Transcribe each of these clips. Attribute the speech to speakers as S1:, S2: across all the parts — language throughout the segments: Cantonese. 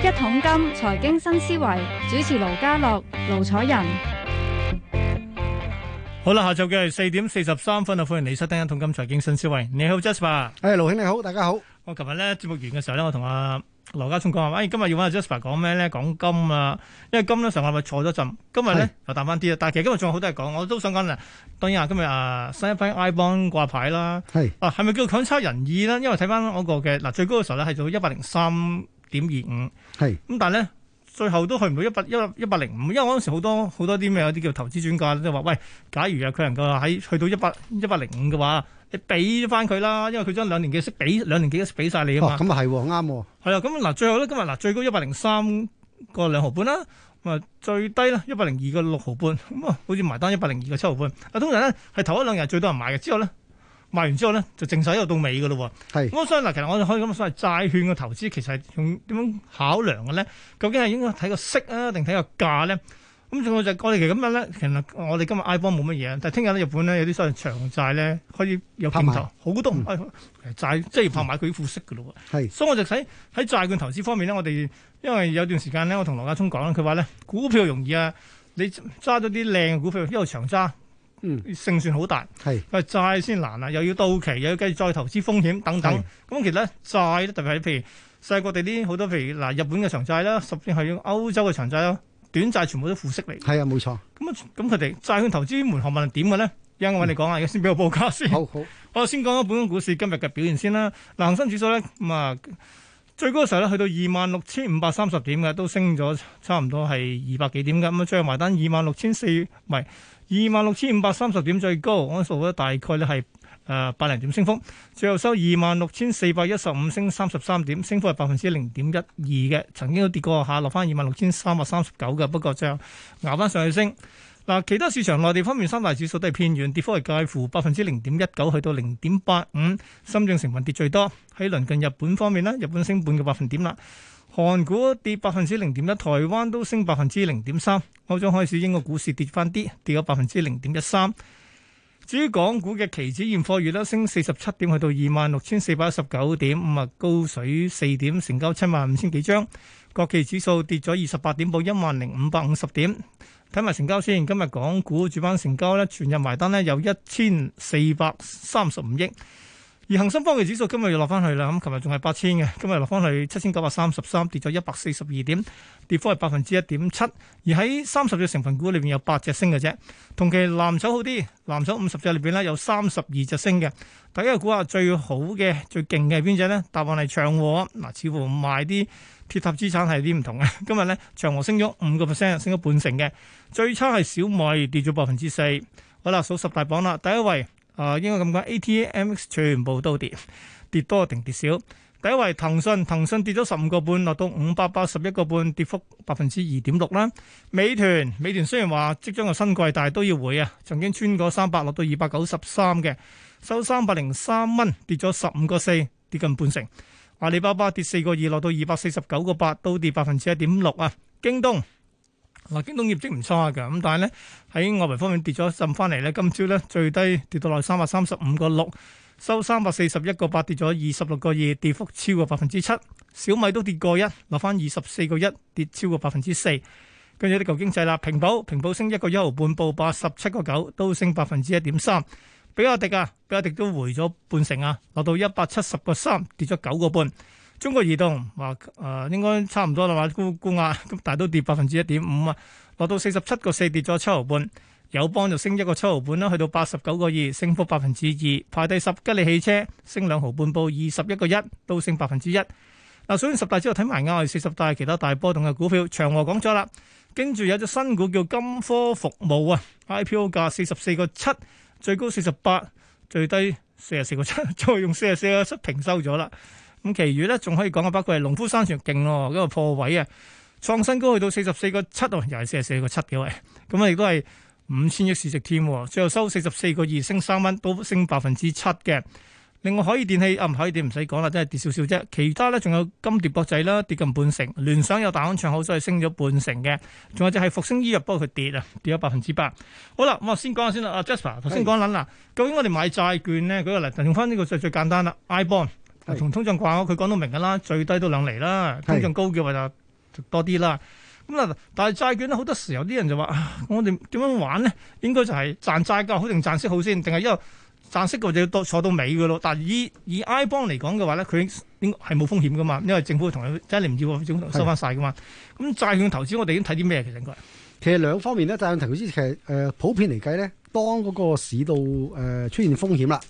S1: 金財經新思維主持盧家樂、盧楚仁。
S2: 好啦，下晝嘅係四點四十三分啊，歡迎你收聽《一桶金財經新思維》。你好，Jasper。
S3: 誒，盧兄你好，大家好。
S2: 我琴日咧節目完嘅時候咧，我同阿羅家聰講話，喂、哎，今日要揾阿 Jasper 講咩咧？講金啊，因為金咧上個禮拜錯咗陣，今日咧
S3: 係
S2: 又彈翻啲啦。啊但係其實今日仲有好多嘢講，我都想講啦。當然啊，今日啊新一批 iBond 掛牌啦。
S3: 係
S2: 啊，係咪叫強差人意咧？因為睇翻嗰個嘅嗱，最高嘅時候咧係到一百零三點二五，
S3: 係
S2: 咁但係咧最後都去唔到一百一一百零五，因為嗰陣時好多好多啲咩有啲叫投資專家咧，即係話喂，假如啊佢能夠喺去到一百一百零五嘅話，你俾翻佢啦，因為佢將兩年嘅息俾兩年幾嘅息俾晒你啊嘛
S3: 哦，。咁啊係喎，啱喎。
S2: 係啦，咁嗱，最後咧今日嗱最高一百零三個兩毫半啦，咁啊最低咧一百零二個六毫半，咁啊好似埋單一百零二個七毫半。啊通常咧係頭一兩日最多人買嘅，之後咧賣完之後咧就淨晒一路到尾嘅咯喎。
S3: 係
S2: 咁所以嗱，其實我哋可以咁所謂債券嘅投資其實係用點樣考量嘅咧？究竟係應該睇個息啊，定睇個價咧？咁仲有就係我哋其實今日咧，其實我哋今日 iBond 冇乜嘢，但係聽日咧日本咧有啲所謂長債咧可以有
S3: 拍
S2: 競
S3: 賣
S2: 投，好多、
S3: 嗯
S2: 哎債即係拍賣佢啲副息嘅咯喎。
S3: 係
S2: 所以我就睇喺債券投資方面咧，我哋因為有段時間咧，我同羅家聰講啦，佢話咧股票容易啊，你揸咗啲靚嘅股票一路長揸，
S3: 嗯
S2: 勝算好大。
S3: 係
S2: 佢話債先難啊，又要到期，又要繼續再投資風險等等
S3: 係。
S2: 咁其實咧債咧特別係譬如世界各地啲好多譬如嗱日本嘅長債啦，甚至係歐洲嘅長債啦，短債全部都負息嚟。
S3: 係啊，冇錯。
S2: 咁啊咁佢哋債券投資門學問係點嘅咧？一陣我揾你講下，而家先俾我報價先。
S3: 好好
S2: 我先講講本港股市今日嘅表現先啦。嗱，恒生指數咧咁啊，最高嘅時候咧去到二萬六千五百三十點嘅，都升咗差唔多係二百幾點嘅。咁啊，最後埋單二萬六千四，唔係二萬六千五百三十點最高，安數咧大概咧係誒百零點升幅。最後收二萬六千四百一十五，升三十三點，升幅係百分之零點一二嘅。曾經都跌過下，落翻二萬六千三百三十九嘅，不過最後捱翻上去升。嗱，其他市場內地方面，三大指數都係偏軟，跌幅係介乎百分之零點一九去到零點八五。深圳成分跌最多，喺鄰近日本方面咧，日本升半個百分點啦。韓股跌百分之零點一，台灣都升百分之零點三。歐洲開市，英國股市跌翻啲，跌咗百分之零點一三。至於港股嘅期指現貨月咧，升四十七點，去到二萬六千四百一十九點，咁啊高水四點，成交七萬五千幾張。國企指數跌咗二十八點，報一萬零五百五十點。睇埋成交先，今日港股主板成交咧，全日埋單咧有一千四百三十五億。而恒生科技指數今日要落翻去啦，咁琴日仲係八千嘅，今日落翻去七千九百三十三，跌咗一百四十二點，跌幅係百分之一點七。而喺三十隻成分股裏邊有八隻升嘅啫，同期藍籌好啲，藍籌五十隻裏邊咧有三十二隻升嘅。大家估下最好嘅、最勁嘅係邊只咧？答案係長和，嗱，似乎賣啲鐵塔資產係啲唔同嘅。今日咧長和升咗五個 percent，升咗半成嘅。最差係小米跌咗百分之四。好啦，數十大榜啦，第一位啊、應該咁講，ATMX 全部都跌，跌多定跌少。第一位騰訊，騰訊跌咗十五個半，落到五百八十一個半，跌幅百分之二點六啦。美團，美團雖然話即將有新季，但係都要回啊，曾經穿過三百，落到二百九十三嘅，收三百零三蚊，跌咗十五個四，跌近半成。阿里巴巴跌四個二，落到二百四十九個八，都跌百分之一點六啊。京東。嗱，京東業績唔差㗎，咁但係咧喺外圍方面跌咗一陣翻嚟咧，今朝咧最低跌到落三百三十五個六，收三百四十一個八，跌咗二十六個二，跌幅超過百分之七。小米都跌過一，落翻二十四個一，跌超過百分之四。跟住啲舊經濟啦，平保平保升一個一毫半，報八十七個九，都升百分之一點三。比亞迪啊，比亞迪都回咗半成啊，落到一百七十個三，跌咗九個半。中國移動話誒、呃、應該差唔多啦嘛，估估壓咁，但係都跌百分之一點五啊，落到四十七個四，跌咗七毫半。友邦就升一個七毫半啦，去到八十九個二，升幅百分之二，排第十。吉利汽車升兩毫半，報二十一個一，都升百分之一。嗱，所以十大之後睇埋啱，我哋四十大其他大波動嘅股票，長和講咗啦，跟住有隻新股叫金科服務啊，IPO 價四十四個七，最高四十八，最低四十四個七，再用四十四個七平收咗啦。咁其餘咧仲可以講嘅，包括係農夫山泉勁咯，嗰個破位啊，創新高去到四十四個七喎，又係四十四個七嘅位，咁啊亦都係五千億市值添喎，最後收四十四個二，升三蚊，都升百分之七嘅。另外海爾電器啊，唔海爾電唔使講啦，真係跌少少啫。其他咧仲有金蝶國際啦，跌近半成；聯想有大行唱好，所以升咗半成嘅。仲有就係復星醫藥，不過佢跌啊，跌咗百分之八。好啦，咁我先講下先啦。阿 Jasper 頭先講緊啦，究竟我哋買債券咧，舉個例，用翻呢個最最簡單啦，iBond。
S3: 係
S2: 同通脹掛鈎，佢講到明㗎啦，最低都兩厘啦，通
S3: 係
S2: 脹高嘅話就多啲啦。咁嗱，但係債券咧，好多時有啲人就話、啊我哋點樣玩咧？應該就係賺債價好定賺息好先，定係因為賺息嘅就要到坐到尾嘅咯。但係以以 I 邦嚟講嘅話咧，佢應該係冇風險噶嘛，因為政府會同佢即係你唔要喎，政府收翻晒噶嘛。咁債券投資我哋應該睇啲咩其實應該？
S3: 其實兩方面咧，債券投資其實誒、呃普遍嚟計咧，當嗰個市道誒、呃出現風險啦，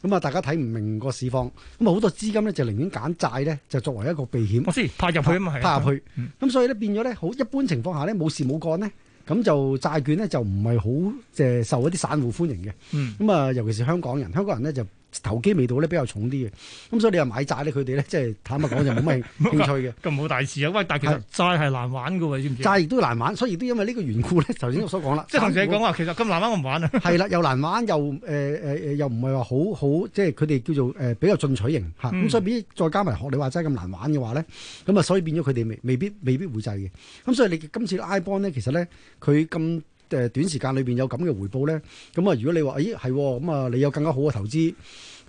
S3: 咁啊大家睇唔明個市況，咁啊好多資金咧就寧願揀債咧，就作為一個避險
S2: 我知拍入去啊嘛，係
S3: 拍入去。
S2: 嗯
S3: 咁所以咧變咗咧，好一般情況下咧冇事冇幹咧，咁就債券咧就唔係好即係受一啲散戶歡迎嘅。
S2: 嗯
S3: 咁啊，尤其是香港人，香港人咧就投機味道咧比較重啲嘅，咁所以你話買債咧，佢哋咧即係坦白講就 冇乜興興趣嘅。
S2: 咁冇大事啊！喂，但係其實債係難玩嘅喎，你知唔知？啊
S3: 債亦都難玩，所以亦都因為呢個緣故咧，頭先我所講啦，
S2: 即係同自己講話，其實咁難玩我唔玩啊！
S3: 係啦，又難玩又誒誒誒，又唔係話好好，即係佢哋叫做誒、呃比較進取型嚇，咁、
S2: 嗯
S3: 所以變再加埋學你話齋咁難玩嘅話咧，咁啊所以變咗佢哋未未必未必會制嘅，咁所以你今次 I bond 咧，其實咧佢咁。誒短時間裏邊有咁嘅回報咧，咁啊如果你話，咦係喎咁啊，你有更加好嘅投資，咁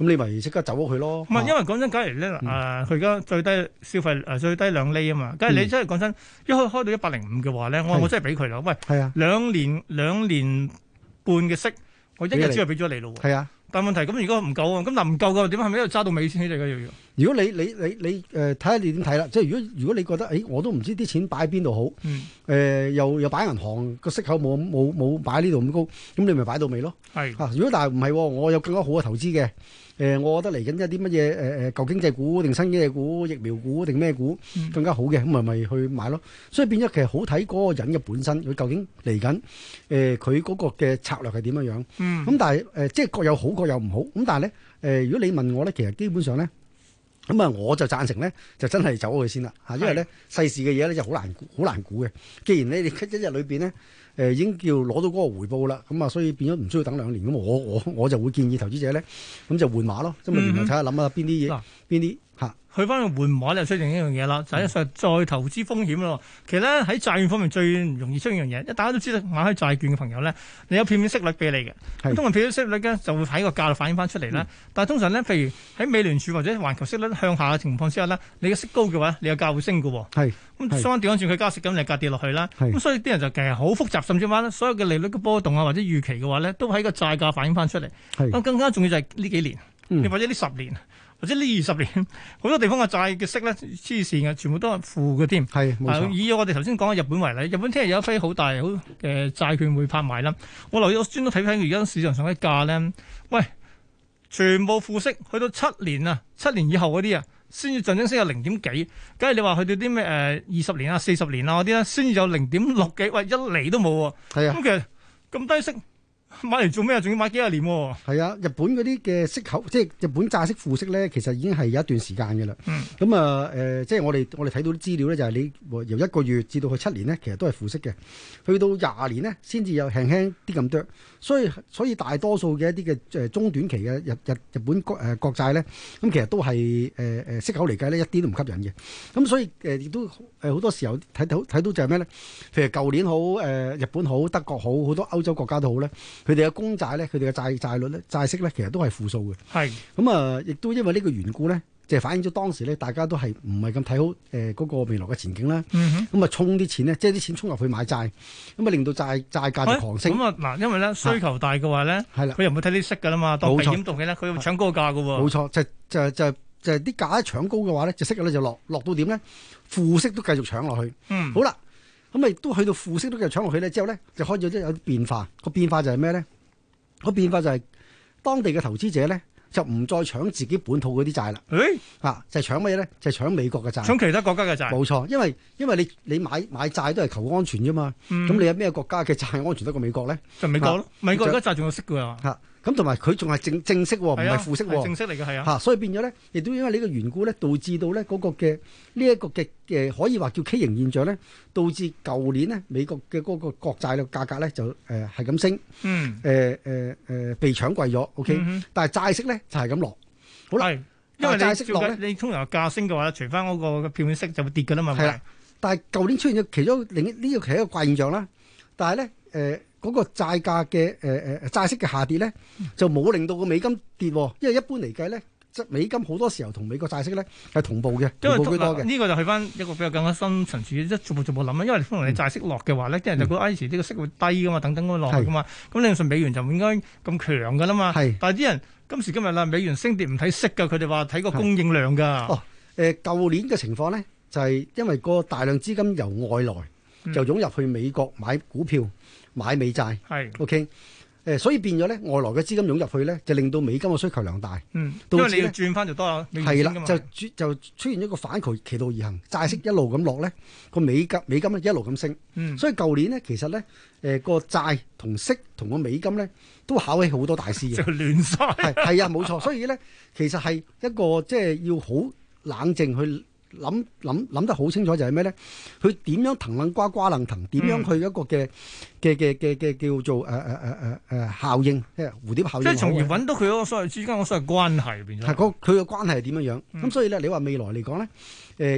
S3: 你咪即刻走咗佢咯。
S2: 唔係，因
S3: 為
S2: 為講真，假如咧，誒、佢而家最低消費誒、呃最低兩厘啊嘛，假如你
S3: 嗯嗯
S2: 真係講真，一開開到一百零五嘅話咧，我話
S3: 係
S2: 我真係俾佢啦。喂，
S3: 係啊
S2: 兩年兩年半嘅息，我一日之後俾咗你咯喎。
S3: 係啊。
S2: 但係問題咁，如果唔夠啊，咁嗱唔夠嘅點係咪一路揸到尾先起嚟嘅又要？
S3: 如果你你你你誒睇下你點睇啦，即係如果如果你覺得，誒、我都唔知啲錢擺邊度好，誒、
S2: 嗯，
S3: 呃又又擺銀行個息口冇咁冇冇擺呢度咁高，咁你咪擺到尾咯
S2: 係
S3: 嚇、如果但係唔係喎，我有更加好嘅投資嘅，誒、呃我覺得嚟緊一啲乜嘢呃誒誒舊經濟股定新經濟股、疫苗股定咩股
S2: 嗯
S3: 更加好嘅，咁咪咪去買咯。所以變咗其實好睇嗰個人嘅本身，佢究竟嚟緊誒佢嗰個嘅策略係點樣樣。
S2: 嗯，
S3: 咁但係誒、呃即係各有好，各有唔好。咁但係咧，誒、如果你問我咧，其實基本上咧，咁啊，我就贊成咧，就真係走咗佢先啦嚇，因為咧世事嘅嘢咧就好難估好難估嘅。 既然咧你一日裏邊咧誒已經叫攞到嗰個回報啦，咁啊，所以變咗唔需要等兩年。咁我我我就會建議投資者咧，咁就換馬咯，咁啊，然後睇下諗下邊啲
S2: 嗯嗱
S3: 嘢，邊啲嚇。
S2: 去翻去換馬咧，又出現一樣嘢啦，
S3: 嗯
S2: 就係實再投資風險咯。其實咧喺債券方面最容易出現一樣嘢，大家都知道買開債券嘅朋友咧，你有票面息率俾你嘅，
S3: 係嗯
S2: 咁通常票面息率咧就會喺個價度反映翻出嚟啦。但係通常咧，譬如喺美聯儲或者環球息率向下嘅情況之下咧，你嘅息高嘅話，你嘅價會升嘅喎。
S3: 係
S2: 咁
S3: 係
S2: 相反調翻轉佢加息，咁你價跌落去啦。
S3: 係
S2: 咁所以啲人就其實好複雜，甚至話咧所有嘅利率嘅波動啊或者預期嘅話咧，都喺個債價反映翻出嚟。咁
S3: 係
S2: 更加重要就係呢幾年。你
S3: 嗯
S2: 或者呢十年，或者呢二十年， 好多地方嘅債嘅息咧黐線嘅，全部都係負嘅添。
S3: 係冇
S2: 啊
S3: 錯
S2: 以我哋頭先講嘅日本為例，日本聽日有一批好大好嘅債券會拍賣啦。我留意我專登睇睇而家市場上嘅價咧，喂，全部負息去到七年啊，七年以後嗰啲啊，先至象徵息有零點幾。梗係你話去到啲咩誒二十年啊、四十年啊嗰啲咧，先至有零點六幾，喂，一厘都冇喎。
S3: 係啊
S2: 咁。其實咁低息買嚟做咩啊？仲要買幾廿年喎、
S3: 係啊，日本嗰啲嘅息口，即係日本債息負息咧，其實已經係有一段時間嘅啦。
S2: 嗯
S3: 咁啊誒，即係我哋我哋睇到啲資料咧，就係你由一個月至到去七年咧，其實都係負息嘅。去到廿年咧，先至有輕輕啲咁多。所以所以大多數嘅一啲嘅誒中短期嘅日日日本國誒、呃、國債咧，咁其實都係誒誒息口嚟計咧，一啲都唔吸引嘅。咁所以誒亦都誒好多時候睇到睇到就係咩咧？譬如舊年好誒、呃日本好德國好好多歐洲國家都好咧，佢哋嘅公債咧，佢哋嘅債債率咧債息咧，其實都係負數嘅。
S2: 係。
S3: 咁啊，亦都因為呢個緣故咧，就係反映咗當時咧，大家都係唔係咁睇好誒嗰個未來嘅前景啦。
S2: 嗯哼
S3: 咁啊，衝啲錢咧，即係啲錢衝入去買債，咁啊令到債債價就狂升
S2: 咁，啊嗱，因為咧需求大嘅話咧，
S3: 係啦，
S2: 佢又唔會睇啲息㗎啦嘛，當避
S3: 冇錯啊
S2: 險動嘅咧，佢會搶高價嘅
S3: 冇
S2: 喎。
S3: 錯，就就就就係啲價一搶高嘅話咧，就息率咧就落落到點咧，負息都繼續搶落去。
S2: 嗯，
S3: 好啦，咁啊亦都去到負息都繼續搶落去咧，之後咧就開始有啲變化。個變化就係咩咧？個變化就係當地嘅投資者咧就唔再搶自己本土嗰啲債啦，
S2: 誒，
S3: 啊，就係搶乜嘢咧？就係搶美國嘅債。
S2: 搶其他國家嘅債。
S3: 冇錯，因為因為你你買買債都係求安全啫嘛，咁、
S2: 咁
S3: 你有啊咩國家嘅債安全得過美國咧？
S2: 嗯就美國咯，美國而家債仲有息㗎嘛，
S3: 嚇、咁同埋佢仲係正正息喎，哦唔係負息
S2: 係
S3: 喎，
S2: 正息嚟嘅係
S3: 嚇、
S2: 啊。
S3: 所以變咗咧，亦都因為呢個緣故咧，導致到咧嗰個嘅呢一個嘅嘅可以話叫畸形現象咧，導致舊年咧美國嘅嗰個國債嘅價格咧就誒係咁升，
S2: 嗯，
S3: 誒誒誒被搶貴咗，OK，、
S2: 嗯哼
S3: 但係債息咧就係咁落，好啦
S2: 係，因為你
S3: 但係債息
S2: 照
S3: 落
S2: 計
S3: 呢
S2: 你通常價升嘅話，除翻嗰個票面息就會跌㗎啦嘛。
S3: 係啦但係舊年出現咗其中另一呢個係一個怪現象啦。但係咧，誒、嗰、個呃債價嘅誒誒債息嘅下跌咧，就冇令到個美金跌喎，因為一般嚟計咧，即係美金好多時候同美國債息咧係同步嘅，
S2: 因為
S3: 同步居多
S2: 嗱
S3: 嘅。
S2: 呢個就去翻一個比較更加深層次，即係逐步逐步諗啦。因為通常你債息落嘅話
S3: 嗯
S2: 咧，啲人就覺得哎時呢個息會低噶嘛，等等咁落去噶嘛。咁你信美元就唔應該咁強噶啦嘛。
S3: 係
S2: 但係啲人今時今日啦，美元升跌唔睇息㗎，佢哋話睇個供應量㗎
S3: 哦。誒舊年嘅情況咧，就係、因為個大量資金由外來
S2: 嗯
S3: 就湧入去美國買股票、買美債
S2: 係，
S3: ，OK，誒、所以呃變咗咧外來嘅資金湧入去咧，就令到美金嘅需求量大，
S2: 嗯，
S3: 導
S2: 因
S3: 致
S2: 為你要
S3: 咧
S2: 轉翻就多啦，美元
S3: 係
S2: 先㗎
S3: 啦，
S2: 嘛
S3: 就出就出現一個反渠其道而行，債息一路咁落咧，個美金美金咧一路咁升，
S2: 嗯，
S3: 所以舊年咧其實咧誒、個債同息同個美金咧都考起好多大師嘅
S2: 就。亂晒。
S3: 係係啊，冇錯。所以咧，其實係一個即係要好冷靜去諗諗諗得好清楚，就係咩咧？佢點樣騰楞瓜瓜楞騰？點樣去一個嘅嘅嘅嘅嘅叫做誒誒誒誒誒效應，即係蝴蝶效應好啊。
S2: 即係從而揾到佢嗰個所謂之間嗰個所謂關係變
S3: 係
S2: 咗。
S3: 嗰佢嘅關係係點樣樣？咁、
S2: 嗯
S3: 所以咧，你話未來嚟講咧，誒、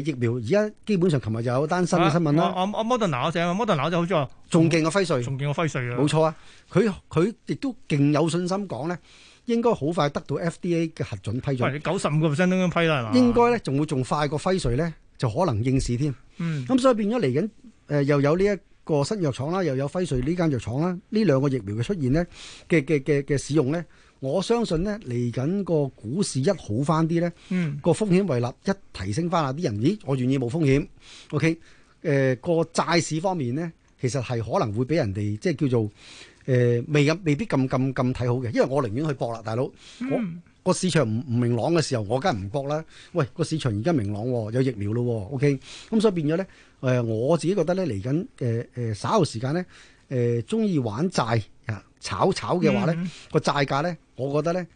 S3: 疫苗而家基本上琴日就有單新嘅新聞啦，
S2: 我我我 Moderna 嗰只啊，Moderna 嗰隻好似話
S3: 仲勁過輝瑞。
S2: 仲見過輝瑞啊。
S3: 冇錯啊，佢佢亦都勁有信心講咧，應該好快得到 FDA 嘅核准批准
S2: 喂，。你九十五個 percent 都咁批啦，係嘛？
S3: 應該咧仲會仲快過輝瑞咧，就可能應試添。
S2: 嗯，
S3: 咁所以變咗嚟緊誒，又有呢一個新藥廠啦，又有輝瑞呢間藥廠啦，呢兩個疫苗嘅出現咧嘅嘅嘅嘅使用咧，我相信咧嚟緊個股市一好翻啲咧，
S2: 嗯，
S3: 個風險胃納一提升翻啦，啲人咦，我願意冇風險。OK，誒、個債市方面咧，其實係可能會俾人哋即係叫做誒、未咁未必咁咁咁睇好嘅，因為我寧願去搏啦，大佬。我個市場唔唔明朗嘅時候，我梗係唔搏啦。喂，個市場而家明朗喎，有疫苗咯喎，OK。咁所以變咗咧，誒、我自己覺得咧，嚟緊誒誒稍後時間咧，誒中意玩債啊炒炒嘅話咧，
S2: 嗯
S3: 個債價咧，我覺得咧，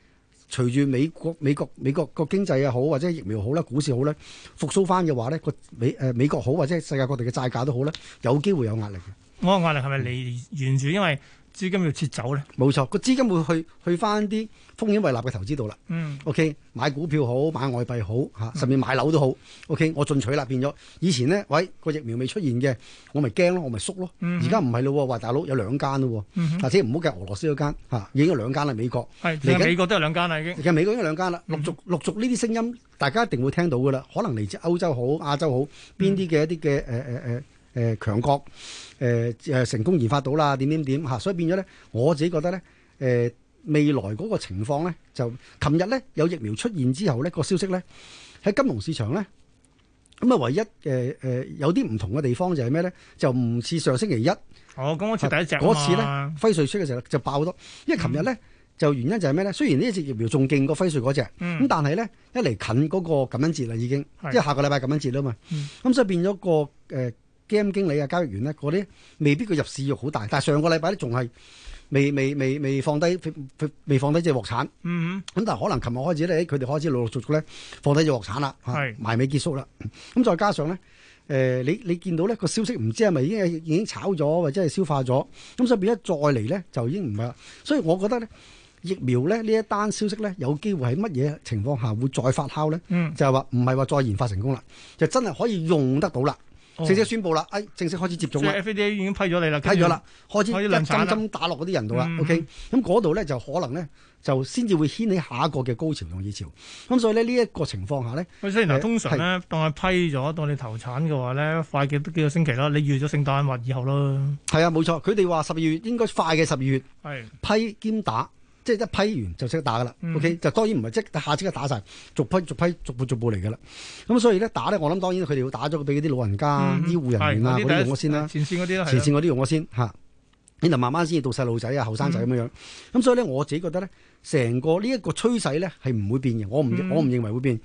S3: 隨住美國美國美國個經濟啊又好，或者疫苗好啦，股市好咧，復甦翻嘅話咧，個美誒、美國好，或者世界各地嘅債價都好咧，有機會有壓力嘅。
S2: 我個壓力係咪嚟源住因為資金要撤走咧？
S3: 冇錯，個資金會去去翻啲風險胃納嘅投資度啦。
S2: 嗯，
S3: OK，買股票好，買外幣好嚇，甚至買樓都好。OK，我進取啦，變咗以前咧，喂個疫苗未出現嘅，我咪驚咯，我咪縮咯。
S2: 嗯
S3: 而家唔係咯喎，話大佬有兩間咯
S2: 嗯
S3: 喎，或者唔好計俄羅斯嗰間嚇，已經有兩間啦，美國。
S2: 係，
S3: 嚟緊
S2: 美國都有兩間啦已經。
S3: 其實美國已經有兩間啦，
S2: 嗯
S3: 陸續陸續呢啲聲音，大家一定會聽到噶啦。可能嚟自歐洲好、亞洲好，
S2: 嗯
S3: 邊啲嘅一啲嘅呃誒誒誒誒強國誒誒、成功研發到啦，點點點嚇，所以變咗咧，我自己覺得咧誒、未來嗰個情況咧，就琴日咧有疫苗出現之後咧，個消息咧喺金融市場咧。咁啊，唯一誒誒、有啲唔同嘅地方就係咩咧？就唔似上星期一
S2: 哦，咁我似第一隻啊嘛
S3: 嗰次咧，輝瑞出嘅時候就爆多，因為琴日咧就原因就係咩咧？雖然呢一隻疫苗仲勁過輝瑞嗰只，咁、
S2: 嗯
S3: 但係咧一嚟近嗰個感恩節啦已經，
S2: 係
S3: 即係下個禮拜感恩節啦嘛，咁
S2: 嗯、
S3: 所以變咗個誒、呃、game 經理啊、交易員咧嗰啲未必個入市欲好大，但係上個禮拜咧仲係未未未未放低未放低隻鑊鏟，咁
S2: 嗯，
S3: 但係可能琴日開始咧，佢哋開始陸陸續續咧放低隻鑊鏟啦，嚇
S2: 係
S3: 埋尾結束啦，咁再加上咧。誒、你你見到咧個消息唔知係咪已經已經炒咗，或者係消化咗，咁所以變咗再嚟咧就已經唔係啦。所以我覺得咧疫苗咧呢一單消息咧有機會喺乜嘢情況下會再發酵咧？
S2: 嗯
S3: 就係話唔係話再研發成功啦，就真係可以用得到啦，
S2: 哦
S3: 正式宣布啦，哎，正式開始
S2: 即
S3: 接種啦。
S2: 係 FDA 已經批咗你啦，
S3: 批
S2: 跟住
S3: 咗啦，，開始
S2: 可以
S3: 一
S2: 量產
S3: 針
S2: 啦
S3: 針打落嗰啲人度啦。
S2: 嗯
S3: OK，咁嗰度咧就可能咧就先至會掀起下一個嘅高潮同熱潮。咁所以咧呢一個情況下咧，
S2: 喂，雖然嗱，
S3: 誒
S2: 通常咧，當係批咗，當你投產嘅話咧，快極都幾個星期啦。你預咗聖誕或以後啦，
S3: 係啊冇錯，佢哋話十二月應該快嘅十二月。
S2: 係
S3: 批兼打，即係一批完就即刻打噶啦。
S2: 嗯
S3: OK，就當然唔係即下即刻打晒，逐批逐批逐步逐步嚟噶啦。咁所以咧打咧，我諗當然佢哋要打咗俾啲老人家、醫護人員啊
S2: 嗯係
S3: 嗰
S2: 第
S3: 啲
S2: 一
S3: 用咗先啦，
S2: 前線嗰啲啦，係啦啊
S3: 前線嗰啲用咗先嚇。然後慢慢先至到細路仔啊、後生仔咁
S2: 嗯
S3: 樣樣。咁、所以咧，我自己覺得咧，成個呢一個趨勢咧係唔會變嘅，我唔、
S2: 嗯
S3: 我唔認為會變。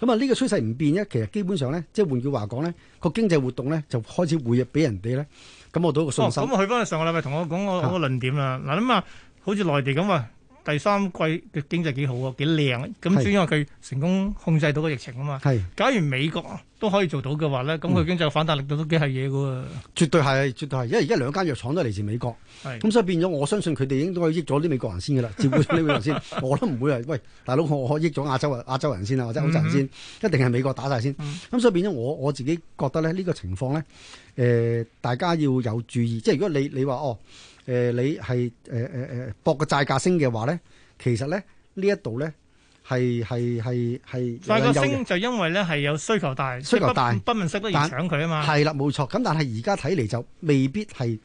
S3: 咁啊，呢個趨勢唔變咧，其實基本上咧，即係換句話講咧，個經濟活動咧就開始會俾人哋咧感覺到一個信心
S2: 哦，。咁啊去翻上個禮拜同我講我我個論點啦。嗱，咁啊，好似內地咁啊，第三季嘅經濟幾好啊，幾靚啊。咁
S3: 係
S2: 主要因為佢成功控制到個疫情啊嘛。
S3: 係、
S2: 假如美國都可以做到嘅話咧，咁佢經濟反彈力度都幾係嘢嘅
S3: 絕對係，絕對係，因為而家兩間藥廠都係嚟自美國。
S2: 喎。係
S3: 咁所以變咗，我相信佢哋應該益咗啲美國人先 㗎啦，照顧咗啲美國人先。我都唔會係喂，大佬我我益咗亞洲啊亞洲人先啊，或者歐洲人先，一定係美國打晒先。咁、
S2: 嗯
S3: 所以變咗我我自己覺得咧，呢、個情況咧，誒、大家要有注意。即係如果你你話哦，誒、你係誒誒誒博個債價升嘅話咧，其實咧呢一度咧係係係係
S2: 但係
S3: 有
S2: 個
S3: 有嘅
S2: 升就因為咧係有需求大，
S3: 需求大
S2: 即係不不問識得而
S3: 但
S2: 搶佢啊嘛。
S3: 係啦，冇錯。咁但係而家睇嚟就未必係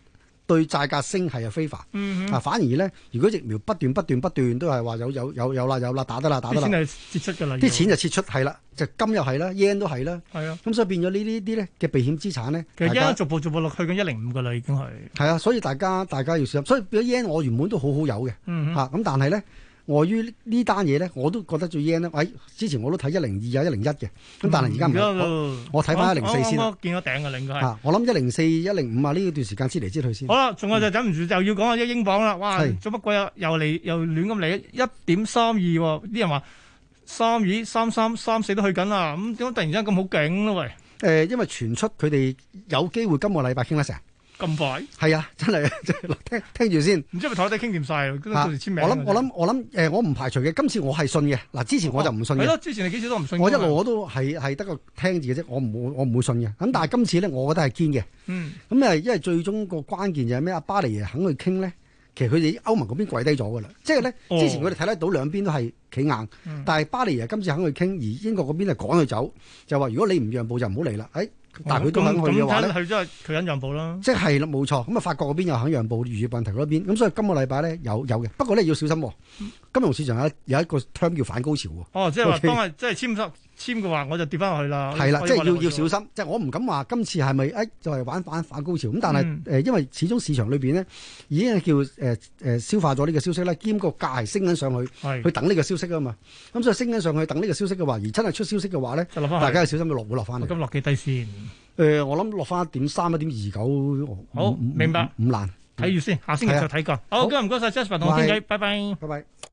S3: 對債價升係有 favor
S2: 嗯
S3: 啊，
S2: 哼，
S3: 反而咧，如果疫苗不斷不斷不斷都係話有有有有啦有啦打得啦打得
S2: 啲錢
S3: 啦，
S2: 係節出㗎啦，
S3: 啲錢就撤出係啦，就金又係啦，yen 都係啦，
S2: 要係啊。
S3: 咁所以變咗呢呢啲咧嘅避險資產咧，
S2: 其實
S3: 大
S2: 而
S3: 家
S2: 家逐步逐步落去緊一零五㗎啦，已經係。
S3: 係啊，所以大家大家要小心。所以變咗 yen 我原本都好好有嘅。
S2: 嗯哼
S3: 嚇咁、但係咧，礙於呢單嘢咧，我都覺得最 yen 咧，喂、之前我都睇一零二啊、一零一嘅，咁但係而家唔係我我睇返104先啦
S2: 我見咗頂㗎啦，應該係。
S3: 嚇，我諗一零四、一零五啊呢段時間之嚟之去先
S2: 好，啦，仲有就忍唔住就要講下一英鎊啦。哇，
S3: 係
S2: 做乜鬼啊？又嚟又亂咁嚟，一點三二喎。啲人話三二、三三、三四都去緊啦。咁點解突然之間咁好勁咧？喂，
S3: 誒、呃因為傳出佢哋有機會今個禮拜傾得成，
S2: 咁快？
S3: 係啊， 真係真係聽聽住先。
S2: 唔知係咪台底傾掂晒啦？
S3: 嚇
S2: 啊到時簽名。
S3: 我諗我諗我諗誒、我唔排除嘅。今次我係信嘅，嗱之前我就唔信
S2: 係
S3: 嘅，
S2: 哦咯，之前你幾時都唔信㗎嘛。
S3: 我一路我都係係得個聽字嘅啫，我唔會我唔會信嘅。咁但係今次咧，我覺得係堅嘅。
S2: 嗯
S3: 咁誒，因為最終個關鍵就係咩啊？巴黎肯去傾咧，其實佢哋歐盟嗰邊跪低咗㗎啦。即係咧，
S2: 哦
S3: 之前佢哋睇得到兩邊都係企硬，
S2: 嗯
S3: 但係巴黎啊今次肯去傾，而英國嗰邊就趕佢走，就話如果你唔讓步就唔好嚟啦。誒、但
S2: 哦
S3: 係佢都肯去嘅話咧，
S2: 去咗佢肯讓步啦。
S3: 即係啦，冇錯。咁啊，法國嗰邊又肯讓步，漁業問題嗰邊，咁所以今個禮拜咧有有嘅，不過咧要小心喎。
S2: 嗯
S3: 金融市場有一有一個 term 叫反高潮喎。
S2: 哦，即係話
S3: OK
S2: 當日即係簽咗簽嘅話，我就跌翻落去啦。
S3: 係啦，
S2: 我
S3: 即係要
S2: 我
S3: 要小心，即係我唔敢話今次係咪誒就係玩反反高潮咁，但係誒、
S2: 嗯
S3: 因為始終市場裏邊咧已經係叫誒誒、消化咗呢個消息啦，兼個價係升緊上去，去
S2: 係
S3: 等呢個消息啊嘛，咁所以升緊上去等呢個消息嘅話，而真係出消息嘅話咧，
S2: 就落翻
S3: 大家要小心佢落會落翻嚟。誒、
S2: 咁落幾低先，
S3: 我諗落翻一點三、一點二九，
S2: 好明白
S3: 唔難，
S2: 睇住先，下星期
S3: 係啊
S2: 再睇過。
S3: 好
S2: 好，今日唔該晒 Jasper 同我傾偈，拜拜。
S3: 拜拜。